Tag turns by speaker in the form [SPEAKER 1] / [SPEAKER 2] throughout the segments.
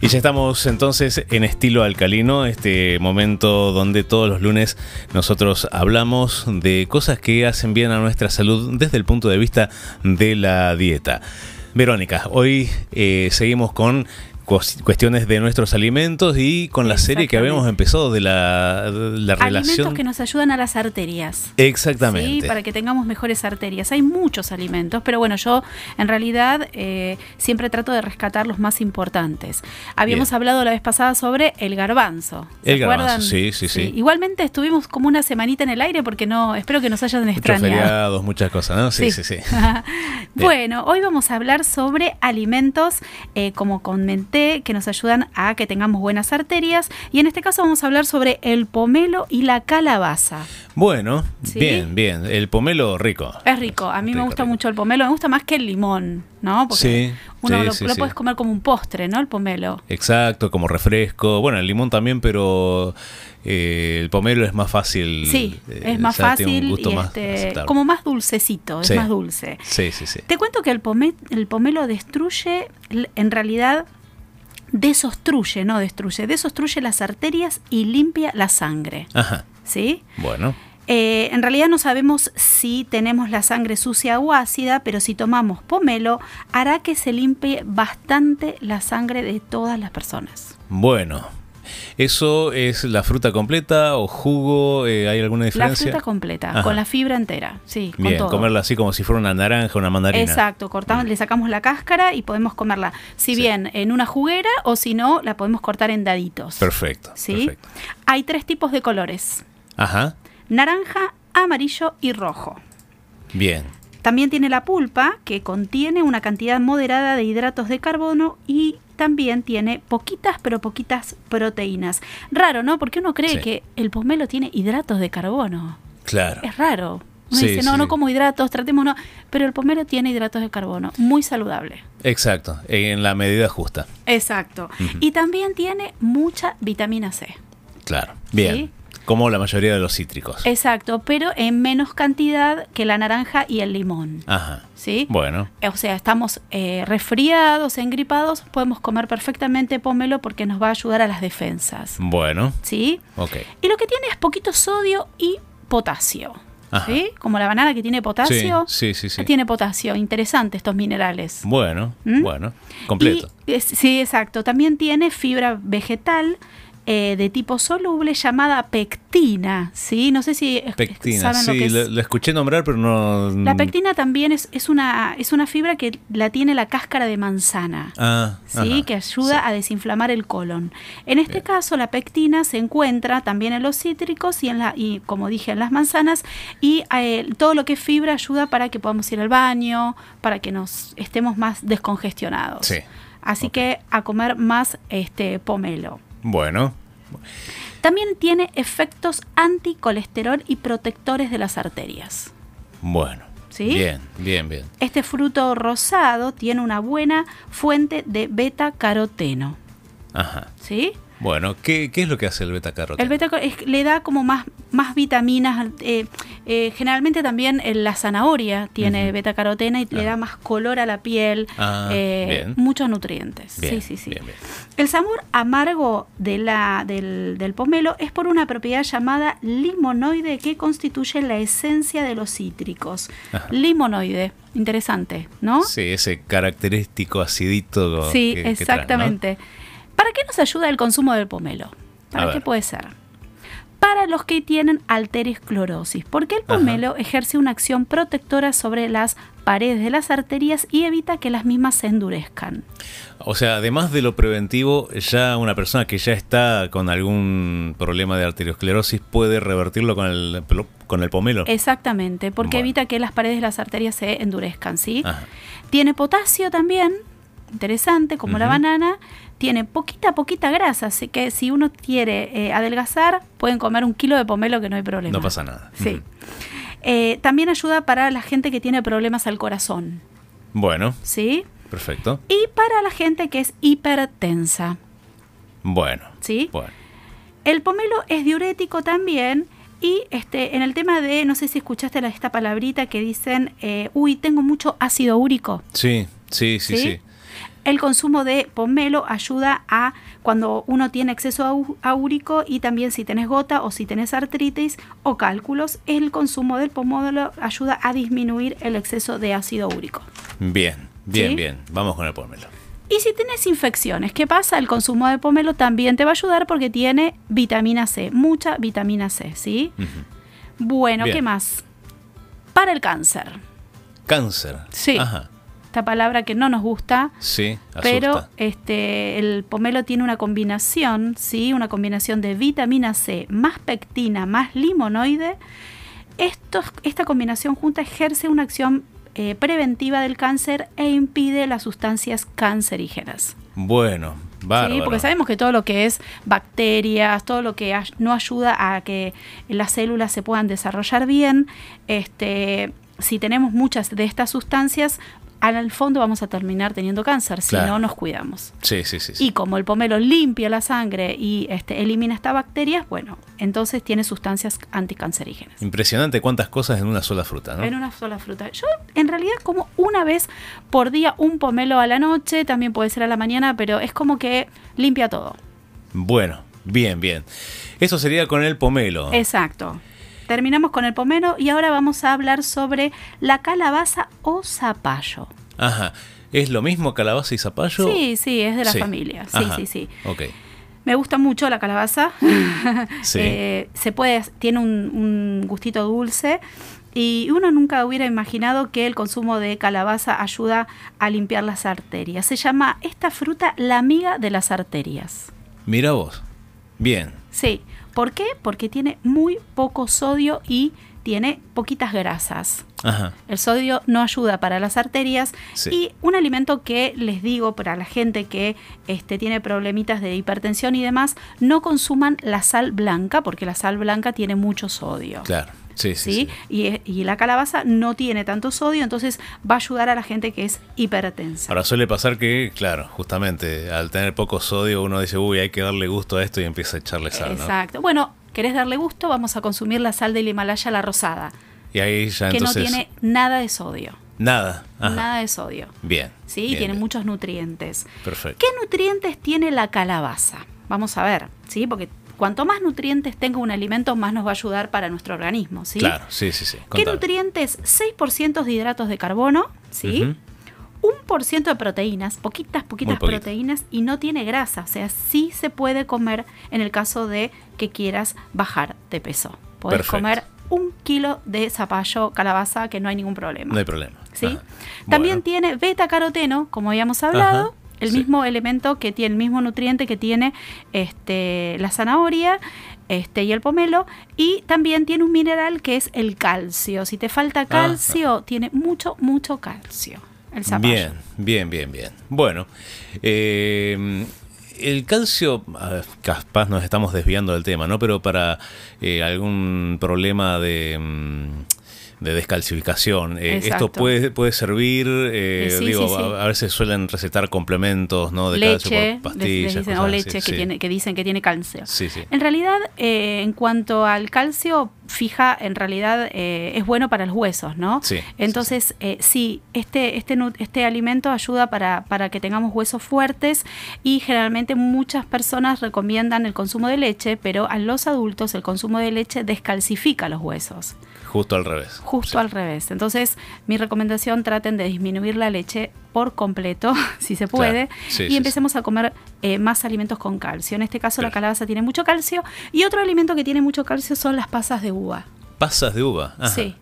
[SPEAKER 1] Y ya estamos entonces en estilo alcalino, este momento donde todos los lunes nosotros hablamos de cosas que hacen bien a nuestra salud desde el punto de vista de la dieta. Verónica, hoy eh, seguimos con cuestiones de nuestros alimentos y con la serie que habíamos empezado de la, de la relación.
[SPEAKER 2] Alimentos que nos ayudan a las arterias.
[SPEAKER 1] Exactamente.
[SPEAKER 2] Sí, para que tengamos mejores arterias. Hay muchos alimentos, pero bueno, yo en realidad eh, siempre trato de rescatar los más importantes. Habíamos
[SPEAKER 1] Bien.
[SPEAKER 2] hablado la vez pasada sobre el garbanzo. ¿Se
[SPEAKER 1] El garbanzo,
[SPEAKER 2] acuerdan?
[SPEAKER 1] sí, sí, sí.
[SPEAKER 2] Igualmente estuvimos como una semanita en el aire porque no, espero que nos hayan
[SPEAKER 1] Muchos
[SPEAKER 2] extrañado.
[SPEAKER 1] feriados, muchas cosas, ¿no? Sí, sí, sí.
[SPEAKER 2] bueno, hoy vamos a hablar sobre alimentos, eh, como comenté, que nos ayudan a que tengamos buenas arterias. Y en este caso vamos a hablar sobre el pomelo y la calabaza.
[SPEAKER 1] Bueno,
[SPEAKER 2] Sí.
[SPEAKER 1] bien, bien. El pomelo rico.
[SPEAKER 2] Es rico, a mí me
[SPEAKER 1] Rico,
[SPEAKER 2] gusta
[SPEAKER 1] rico.
[SPEAKER 2] mucho el pomelo, me gusta más que el limón, ¿no? Porque
[SPEAKER 1] Sí,
[SPEAKER 2] uno
[SPEAKER 1] sí,
[SPEAKER 2] lo,
[SPEAKER 1] sí,
[SPEAKER 2] lo
[SPEAKER 1] sí.
[SPEAKER 2] puedes comer como un postre, ¿no? El pomelo.
[SPEAKER 1] Exacto, como refresco. Bueno, el limón también, pero eh, el pomelo es más fácil.
[SPEAKER 2] Sí,
[SPEAKER 1] eh,
[SPEAKER 2] es más
[SPEAKER 1] o sea, tiene un
[SPEAKER 2] fácil
[SPEAKER 1] gusto
[SPEAKER 2] y
[SPEAKER 1] más
[SPEAKER 2] este,
[SPEAKER 1] aceptable.
[SPEAKER 2] como más dulcecito, es
[SPEAKER 1] Sí.
[SPEAKER 2] más dulce.
[SPEAKER 1] Sí, sí, sí.
[SPEAKER 2] Te cuento que el, pome- el pomelo destruye, l- en realidad desostruye, no destruye, desostruye las arterias y limpia la sangre,
[SPEAKER 1] Ajá.
[SPEAKER 2] ¿sí?
[SPEAKER 1] Bueno,
[SPEAKER 2] Eh, en realidad no sabemos si tenemos la sangre sucia o ácida, pero si tomamos pomelo hará que se limpie bastante la sangre de todas las personas.
[SPEAKER 1] bueno. ¿Eso es la fruta completa o jugo? Eh, ¿Hay alguna diferencia?
[SPEAKER 2] La fruta completa,
[SPEAKER 1] Ajá.
[SPEAKER 2] con la fibra entera, sí, con
[SPEAKER 1] Bien,
[SPEAKER 2] todo.
[SPEAKER 1] comerla así como si fuera una naranja, una mandarina.
[SPEAKER 2] Exacto, cortamos, le sacamos la cáscara y podemos comerla, si
[SPEAKER 1] Sí.
[SPEAKER 2] bien en una juguera o si no, la podemos cortar en daditos.
[SPEAKER 1] Perfecto.
[SPEAKER 2] ¿sí?
[SPEAKER 1] Perfecto.
[SPEAKER 2] Hay tres tipos de colores,
[SPEAKER 1] Ajá.
[SPEAKER 2] naranja, amarillo y rojo.
[SPEAKER 1] Bien.
[SPEAKER 2] También tiene la pulpa, que contiene una cantidad moderada de hidratos de carbono y también tiene poquitas, pero poquitas proteínas. Raro, ¿no? Porque uno cree
[SPEAKER 1] Sí.
[SPEAKER 2] que el pomelo tiene hidratos de carbono.
[SPEAKER 1] Claro.
[SPEAKER 2] Es raro. Uno
[SPEAKER 1] Sí,
[SPEAKER 2] dice, no,
[SPEAKER 1] sí,
[SPEAKER 2] no
[SPEAKER 1] sí.
[SPEAKER 2] como hidratos, tratemos no. Pero el pomelo tiene hidratos de carbono. Muy saludable.
[SPEAKER 1] Exacto. En la medida justa.
[SPEAKER 2] Exacto.
[SPEAKER 1] Ujú.
[SPEAKER 2] Y también tiene mucha vitamina C.
[SPEAKER 1] Claro. Bien.
[SPEAKER 2] Sí. Eh.
[SPEAKER 1] Como la mayoría de los cítricos.
[SPEAKER 2] Exacto, pero en menos cantidad que la naranja y el limón.
[SPEAKER 1] Ajá.
[SPEAKER 2] ¿Sí?
[SPEAKER 1] Bueno.
[SPEAKER 2] O sea, estamos eh, resfriados, engripados, podemos comer perfectamente pomelo porque nos va a ayudar a las defensas.
[SPEAKER 1] Bueno.
[SPEAKER 2] ¿Sí?
[SPEAKER 1] Ok.
[SPEAKER 2] Y lo que tiene es poquito sodio y potasio.
[SPEAKER 1] Ajá.
[SPEAKER 2] ¿Sí? Como la banana que tiene potasio.
[SPEAKER 1] Sí, sí, sí, sí.
[SPEAKER 2] Tiene potasio. Interesante estos minerales.
[SPEAKER 1] Bueno.
[SPEAKER 2] ¿Mm?
[SPEAKER 1] Bueno. Completo.
[SPEAKER 2] Y- es- sí, exacto. También tiene fibra vegetal. eh, de tipo soluble llamada pectina, ¿sí? No sé si es-
[SPEAKER 1] Pectina.
[SPEAKER 2] saben lo que
[SPEAKER 1] Sí,
[SPEAKER 2] es.
[SPEAKER 1] la, la escuché nombrar, pero no. mm,
[SPEAKER 2] La pectina también es, es una, es una fibra que la tiene la cáscara de manzana.
[SPEAKER 1] Ah.
[SPEAKER 2] ¿sí?
[SPEAKER 1] ajá.
[SPEAKER 2] que ayuda a desinflamar el colon. En este caso, la pectina se encuentra también en los cítricos y, en la, y como dije, en las manzanas. Y eh, todo lo que es fibra ayuda para que podamos ir al baño, para que nos estemos más descongestionados.
[SPEAKER 1] Sí.
[SPEAKER 2] Así que a comer más este pomelo.
[SPEAKER 1] Bueno.
[SPEAKER 2] También tiene efectos anticolesterol y protectores de las arterias.
[SPEAKER 1] Bueno.
[SPEAKER 2] ¿Sí?
[SPEAKER 1] Bien, bien, bien.
[SPEAKER 2] Este fruto rosado tiene una buena fuente de beta caroteno.
[SPEAKER 1] Ajá.
[SPEAKER 2] ¿Sí?
[SPEAKER 1] Bueno, ¿qué, qué es lo que hace el beta
[SPEAKER 2] El beta le da como más, más vitaminas. eh, eh, generalmente también eh, la zanahoria tiene
[SPEAKER 1] Ujú.
[SPEAKER 2] beta carotena y le da más color a la piel,
[SPEAKER 1] Ah,
[SPEAKER 2] eh,
[SPEAKER 1] bien.
[SPEAKER 2] muchos nutrientes.
[SPEAKER 1] Bien,
[SPEAKER 2] sí, sí, sí.
[SPEAKER 1] bien, bien.
[SPEAKER 2] El sabor amargo de la, del, del pomelo es por una propiedad llamada limonoide que constituye la esencia de los cítricos.
[SPEAKER 1] Ajá.
[SPEAKER 2] Limonoide, interesante, ¿no?
[SPEAKER 1] Sí, ese característico acidito.
[SPEAKER 2] Sí,
[SPEAKER 1] que- que trae, ¿no?
[SPEAKER 2] exactamente. ¿Para qué nos ayuda el consumo del pomelo?
[SPEAKER 1] A
[SPEAKER 2] ¿Para qué
[SPEAKER 1] ver.
[SPEAKER 2] puede ser? Para los que tienen alterosclerosis, porque el
[SPEAKER 1] Ajá.
[SPEAKER 2] pomelo ejerce una acción protectora sobre las paredes de las arterias y evita que las mismas se endurezcan.
[SPEAKER 1] O sea, además de lo preventivo, ya una persona que ya está con algún problema de arteriosclerosis puede revertirlo con el, pelo- con el pomelo.
[SPEAKER 2] Eh, Exactamente, porque
[SPEAKER 1] Oh. Bueno. Ah.
[SPEAKER 2] evita que las paredes de las arterias se endurezcan, ¿sí?
[SPEAKER 1] Ajá.
[SPEAKER 2] Tiene potasio también, interesante, como la
[SPEAKER 1] Ujú.
[SPEAKER 2] banana. Tiene poquita, poquita grasa, así que si uno quiere eh, adelgazar, pueden comer un kilo de pomelo que no hay problema.
[SPEAKER 1] No pasa nada.
[SPEAKER 2] Sí.
[SPEAKER 1] Ujú.
[SPEAKER 2] Eh, también ayuda para la gente que tiene problemas al corazón,
[SPEAKER 1] Bueno,
[SPEAKER 2] ¿sí?
[SPEAKER 1] perfecto.
[SPEAKER 2] Y para la gente que es hipertensa,
[SPEAKER 1] Bueno.
[SPEAKER 2] ¿sí?
[SPEAKER 1] Bueno.
[SPEAKER 2] El pomelo es diurético también. Y este, en el tema de, no sé si escuchaste la- esta palabrita que dicen, eh, uy, tengo mucho ácido úrico.
[SPEAKER 1] Sí, sí, sí,
[SPEAKER 2] ¿Sí?
[SPEAKER 1] sí.
[SPEAKER 2] El consumo de pomelo ayuda a cuando uno tiene exceso au- áurico y también si tenés gota o si tenés artritis o cálculos, el consumo del pomelo ayuda a disminuir el exceso de ácido úrico.
[SPEAKER 1] Bien, bien,
[SPEAKER 2] ¿Sí?
[SPEAKER 1] bien. Vamos con el pomelo.
[SPEAKER 2] Y si tienes infecciones, ¿qué pasa? El consumo de pomelo también te va a ayudar porque tiene vitamina C, mucha vitamina C, ¿sí? Bueno,
[SPEAKER 1] Bien.
[SPEAKER 2] ¿qué más? Para el cáncer,
[SPEAKER 1] Cáncer.
[SPEAKER 2] Sí.
[SPEAKER 1] Ajá.
[SPEAKER 2] esta palabra que no nos gusta,
[SPEAKER 1] Sí, asusta.
[SPEAKER 2] pero este, el pomelo tiene una combinación, ¿sí? Una combinación de vitamina C más pectina más limonoide. Estos- esta combinación junta ejerce una acción eh, preventiva del cáncer e impide las sustancias cancerígenas.
[SPEAKER 1] Bueno, bárbaro.
[SPEAKER 2] Sí, porque sabemos que todo lo que es bacterias, todo lo que ay- no ayuda a que las células se puedan desarrollar bien, este, si tenemos muchas de estas sustancias, al fondo vamos a terminar teniendo cáncer si
[SPEAKER 1] Claro.
[SPEAKER 2] no nos cuidamos.
[SPEAKER 1] Sí, sí, sí. sí.
[SPEAKER 2] Y como el pomelo limpia la sangre y este, elimina estas bacterias, bueno, entonces tiene sustancias anticancerígenas.
[SPEAKER 1] Impresionante cuántas cosas en una sola fruta, ¿no?
[SPEAKER 2] En una sola fruta. Yo en realidad como una vez por día un pomelo a la noche, también puede ser a la mañana, pero es como que limpia todo.
[SPEAKER 1] Bueno, bien, bien. Eso sería con el pomelo.
[SPEAKER 2] Exacto. Terminamos con el pomelo y ahora vamos a hablar sobre la calabaza o zapallo.
[SPEAKER 1] Ajá. ¿Es lo mismo calabaza y zapallo?
[SPEAKER 2] Sí, sí, es de la
[SPEAKER 1] Sí.
[SPEAKER 2] familia. Sí,
[SPEAKER 1] Ajá.
[SPEAKER 2] sí, sí.
[SPEAKER 1] Ok.
[SPEAKER 2] Me gusta mucho la calabaza.
[SPEAKER 1] Sí.
[SPEAKER 2] Eh, se puede, tiene un, un gustito dulce. Y uno nunca hubiera imaginado que el consumo de calabaza ayuda a limpiar las arterias. Se llama esta fruta la amiga de las arterias.
[SPEAKER 1] Mira vos. Bien.
[SPEAKER 2] Sí. ¿Por qué? Porque tiene muy poco sodio y tiene poquitas grasas.
[SPEAKER 1] Ajá.
[SPEAKER 2] El sodio no ayuda para las arterias
[SPEAKER 1] Sí.
[SPEAKER 2] y un alimento que les digo para la gente que este, tiene problemitas de hipertensión y demás, no consuman la sal blanca porque la sal blanca tiene mucho sodio.
[SPEAKER 1] Claro. Sí, sí.
[SPEAKER 2] ¿sí?
[SPEAKER 1] sí.
[SPEAKER 2] Y, y la calabaza no tiene tanto sodio, entonces va a ayudar a la gente que es hipertensa.
[SPEAKER 1] Ahora suele pasar que, claro, justamente al tener poco sodio uno dice, uy, hay que darle gusto a esto y empieza a echarle sal, ¿no?
[SPEAKER 2] Exacto. Bueno, ¿querés darle gusto? Vamos a consumir la sal del Himalaya, la rosada,
[SPEAKER 1] Y ahí ya
[SPEAKER 2] que
[SPEAKER 1] entonces.
[SPEAKER 2] no tiene nada de sodio.
[SPEAKER 1] Nada. Ajá.
[SPEAKER 2] Nada de sodio.
[SPEAKER 1] Bien.
[SPEAKER 2] Sí,
[SPEAKER 1] bien,
[SPEAKER 2] tiene
[SPEAKER 1] bien.
[SPEAKER 2] muchos nutrientes.
[SPEAKER 1] Perfecto.
[SPEAKER 2] ¿Qué nutrientes tiene la calabaza? Vamos a ver, ¿sí? Porque cuanto más nutrientes tenga un alimento, más nos va a ayudar para nuestro organismo, ¿sí?
[SPEAKER 1] Claro, sí, sí, sí.
[SPEAKER 2] ¿Qué
[SPEAKER 1] contame.
[SPEAKER 2] nutrientes? 6% de hidratos de carbono, ¿sí?
[SPEAKER 1] Ujú.
[SPEAKER 2] 1% de proteínas, poquitas, poquitas
[SPEAKER 1] Muy poquito.
[SPEAKER 2] proteínas y no tiene grasa, o sea, sí se puede comer en el caso de que quieras bajar de peso. Puedes
[SPEAKER 1] Perfecto.
[SPEAKER 2] comer un kilo de zapallo, calabaza, que no hay ningún problema.
[SPEAKER 1] No hay problema.
[SPEAKER 2] ¿sí?
[SPEAKER 1] Ajá.
[SPEAKER 2] También
[SPEAKER 1] Bueno,
[SPEAKER 2] tiene beta-caroteno, como habíamos hablado,
[SPEAKER 1] Ajá,
[SPEAKER 2] el
[SPEAKER 1] sí.
[SPEAKER 2] mismo elemento que tiene, el mismo nutriente que tiene este, la zanahoria este, y el pomelo. Y también tiene un mineral que es el calcio. Si te falta calcio, tiene mucho, mucho calcio. El zapallo.
[SPEAKER 1] Bien, bien, bien, bien. Bueno, eh, el calcio, a ver, capaz nos estamos desviando del tema, ¿no? Pero para eh, algún problema de, mm, de descalcificación, eh, esto
[SPEAKER 2] Exacto.
[SPEAKER 1] puede, puede servir, eh,
[SPEAKER 2] Eh, sí,
[SPEAKER 1] digo,
[SPEAKER 2] sí, sí.
[SPEAKER 1] A, a veces suelen recetar complementos, ¿no? De calcio
[SPEAKER 2] leche,
[SPEAKER 1] por
[SPEAKER 2] les- les
[SPEAKER 1] pastillas.
[SPEAKER 2] dicen,
[SPEAKER 1] cosas
[SPEAKER 2] o
[SPEAKER 1] así,
[SPEAKER 2] leche que,
[SPEAKER 1] sí.
[SPEAKER 2] tiene- que dicen que tiene calcio.
[SPEAKER 1] Sí, sí.
[SPEAKER 2] En realidad, eh, en cuanto al calcio, fija, en realidad eh, es bueno para los huesos, ¿no?
[SPEAKER 1] Sí, sí,
[SPEAKER 2] Entonces, eh, sí, este, este, nu- este alimento ayuda para, para que tengamos huesos fuertes y generalmente muchas personas recomiendan el consumo de leche, pero a los adultos el consumo de leche descalcifica los huesos,
[SPEAKER 1] Justo al revés.
[SPEAKER 2] justo
[SPEAKER 1] Sí.
[SPEAKER 2] al revés. Entonces, mi recomendación, traten de disminuir la leche por completo, si se puede,
[SPEAKER 1] Claro, sí,
[SPEAKER 2] y
[SPEAKER 1] sí,
[SPEAKER 2] empecemos a comer eh, más alimentos con calcio. En este caso, la
[SPEAKER 1] Claro.
[SPEAKER 2] calabaza tiene mucho calcio y otro alimento que tiene mucho calcio son las pasas de uva.
[SPEAKER 1] Pasas de uva. Ajá.
[SPEAKER 2] Sí.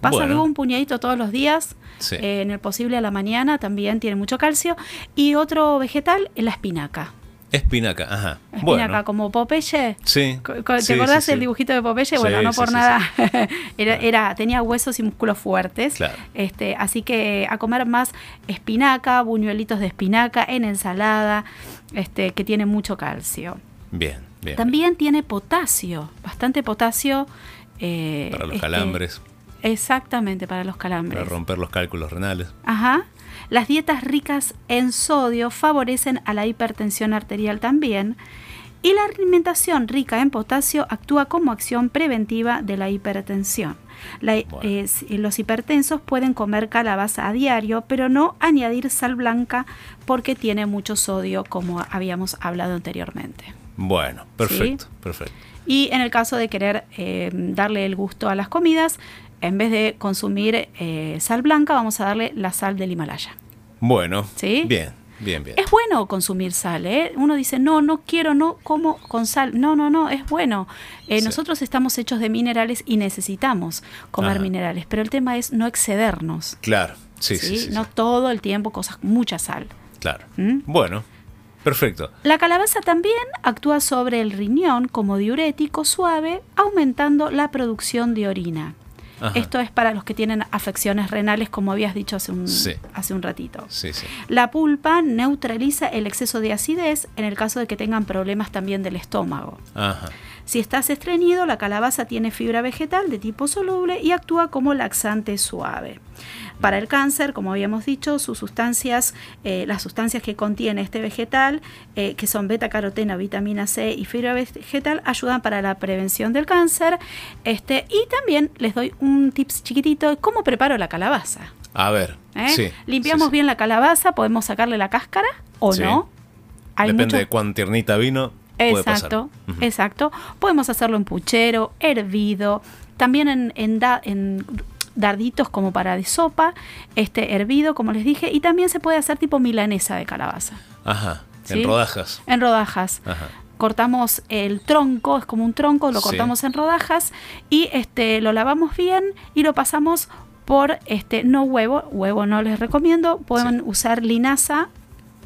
[SPEAKER 2] Pasas
[SPEAKER 1] Bueno.
[SPEAKER 2] de uva un puñadito todos los días,
[SPEAKER 1] Sí.
[SPEAKER 2] eh, en el posible a la mañana también tiene mucho calcio. Y otro vegetal, eh, la espinaca.
[SPEAKER 1] Espinaca, ajá.
[SPEAKER 2] La espinaca
[SPEAKER 1] Bueno.
[SPEAKER 2] como Popeye.
[SPEAKER 1] Sí.
[SPEAKER 2] Co- co- ¿Te
[SPEAKER 1] Sí, sí,
[SPEAKER 2] acordás
[SPEAKER 1] sí.
[SPEAKER 2] el dibujito de Popeye? bueno,
[SPEAKER 1] Sí,
[SPEAKER 2] no
[SPEAKER 1] sí,
[SPEAKER 2] por
[SPEAKER 1] sí,
[SPEAKER 2] nada. era, era- tenía huesos y músculos fuertes.
[SPEAKER 1] Claro.
[SPEAKER 2] Este, así que a comer más espinaca, buñuelitos de espinaca en ensalada, este, que tiene mucho calcio.
[SPEAKER 1] Bien, bien.
[SPEAKER 2] También tiene potasio, bastante potasio. eh,
[SPEAKER 1] Para los
[SPEAKER 2] este,
[SPEAKER 1] calambres,
[SPEAKER 2] Exactamente, para los
[SPEAKER 1] para
[SPEAKER 2] calambres.
[SPEAKER 1] romper los cálculos renales.
[SPEAKER 2] Ajá. Las dietas ricas en sodio favorecen a la hipertensión arterial también. Y la alimentación rica en potasio actúa como acción preventiva de la hipertensión. La- eh, s- los hipertensos pueden comer calabaza a diario, pero no añadir sal blanca porque tiene mucho sodio, como habíamos hablado anteriormente.
[SPEAKER 1] Bueno, perfecto, perfecto.
[SPEAKER 2] Y en el caso de querer eh, darle el gusto a las comidas, en vez de consumir eh, sal blanca, vamos a darle la sal del Himalaya.
[SPEAKER 1] Bueno,
[SPEAKER 2] ¿Sí?
[SPEAKER 1] bien, bien, bien.
[SPEAKER 2] Es bueno consumir sal, ¿eh? Uno dice, no, no quiero, no como con sal. No, no, no, es bueno. Eh,
[SPEAKER 1] Sí.
[SPEAKER 2] Nosotros estamos hechos de minerales y necesitamos comer
[SPEAKER 1] Ajá.
[SPEAKER 2] minerales, pero el tema es no excedernos.
[SPEAKER 1] Claro, sí, sí,
[SPEAKER 2] ¿sí?
[SPEAKER 1] sí,
[SPEAKER 2] no
[SPEAKER 1] sí,
[SPEAKER 2] todo el tiempo, cosas, mucha sal.
[SPEAKER 1] claro.
[SPEAKER 2] ¿Mm?
[SPEAKER 1] Bueno, perfecto.
[SPEAKER 2] La calabaza también actúa sobre el riñón como diurético suave, aumentando la producción de orina.
[SPEAKER 1] Ajá.
[SPEAKER 2] Esto es para los que tienen afecciones renales, como habías dicho hace un,
[SPEAKER 1] Sí.
[SPEAKER 2] hace un ratito.
[SPEAKER 1] Sí, sí.
[SPEAKER 2] La pulpa neutraliza el exceso de acidez en el caso de que tengan problemas también del estómago.
[SPEAKER 1] Ajá.
[SPEAKER 2] Si estás estreñido, la calabaza tiene fibra vegetal de tipo soluble y actúa como laxante suave. Para el cáncer, como habíamos dicho, sus sustancias, eh, las sustancias que contiene este vegetal, eh, que son beta caroteno, vitamina C y fibra vegetal, ayudan para la prevención del cáncer. Este, y también les doy un tips chiquitito de cómo preparo la calabaza.
[SPEAKER 1] A ver,
[SPEAKER 2] ¿eh?
[SPEAKER 1] sí.
[SPEAKER 2] Limpiamos bien la calabaza, podemos sacarle la cáscara o
[SPEAKER 1] Sí.
[SPEAKER 2] no. Hay
[SPEAKER 1] Depende
[SPEAKER 2] muchos-
[SPEAKER 1] de cuán tiernita vino. Puede pasar.
[SPEAKER 2] Exacto,
[SPEAKER 1] Ujú.
[SPEAKER 2] exacto. Podemos hacerlo en puchero, hervido, también en, en da- en darditos como para de sopa, este hervido, como les dije, y también se puede hacer tipo milanesa de calabaza,
[SPEAKER 1] Ajá,
[SPEAKER 2] ¿sí?
[SPEAKER 1] en rodajas.
[SPEAKER 2] en rodajas.
[SPEAKER 1] Ajá.
[SPEAKER 2] Cortamos el tronco, es como un tronco, lo
[SPEAKER 1] Sí.
[SPEAKER 2] cortamos en rodajas y este lo lavamos bien y lo pasamos por este no huevo, huevo no les recomiendo, pueden
[SPEAKER 1] Sí.
[SPEAKER 2] usar linaza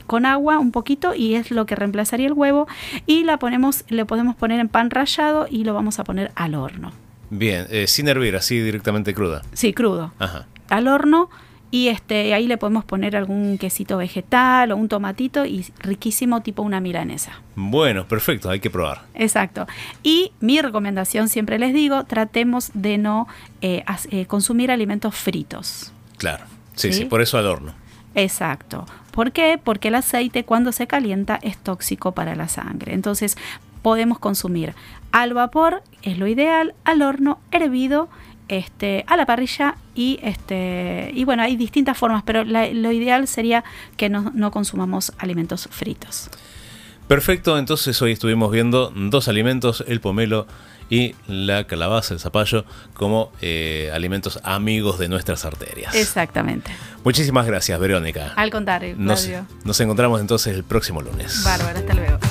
[SPEAKER 2] con agua un poquito y es lo que reemplazaría el huevo y la ponemos le podemos poner en pan rallado y lo vamos a poner al horno.
[SPEAKER 1] Bien, eh, sin hervir, así directamente cruda.
[SPEAKER 2] Sí, crudo.
[SPEAKER 1] Ajá.
[SPEAKER 2] Al horno y este ahí le podemos poner algún quesito vegetal o un tomatito y riquísimo tipo una milanesa.
[SPEAKER 1] Bueno, perfecto, hay que probar.
[SPEAKER 2] Exacto. Y mi recomendación, siempre les digo, tratemos de no eh, as- eh, consumir alimentos fritos.
[SPEAKER 1] Claro. Sí,
[SPEAKER 2] Sí.
[SPEAKER 1] sí, por eso al horno.
[SPEAKER 2] Exacto. ¿Por qué? Porque el aceite cuando se calienta es tóxico para la sangre. Entonces podemos consumir al vapor, es lo ideal, al horno, hervido, este, a la parrilla y, este, y bueno, hay distintas formas, pero la- lo ideal sería que no- no consumamos alimentos fritos.
[SPEAKER 1] Perfecto, entonces hoy estuvimos viendo dos alimentos, el pomelo y la calabaza, el zapallo, como eh, alimentos amigos de nuestras arterias.
[SPEAKER 2] Exactamente.
[SPEAKER 1] Muchísimas gracias, Verónica.
[SPEAKER 2] Al contrario,
[SPEAKER 1] Nos,
[SPEAKER 2] Claudio.
[SPEAKER 1] nos encontramos entonces el próximo lunes.
[SPEAKER 2] Bárbara, hasta luego.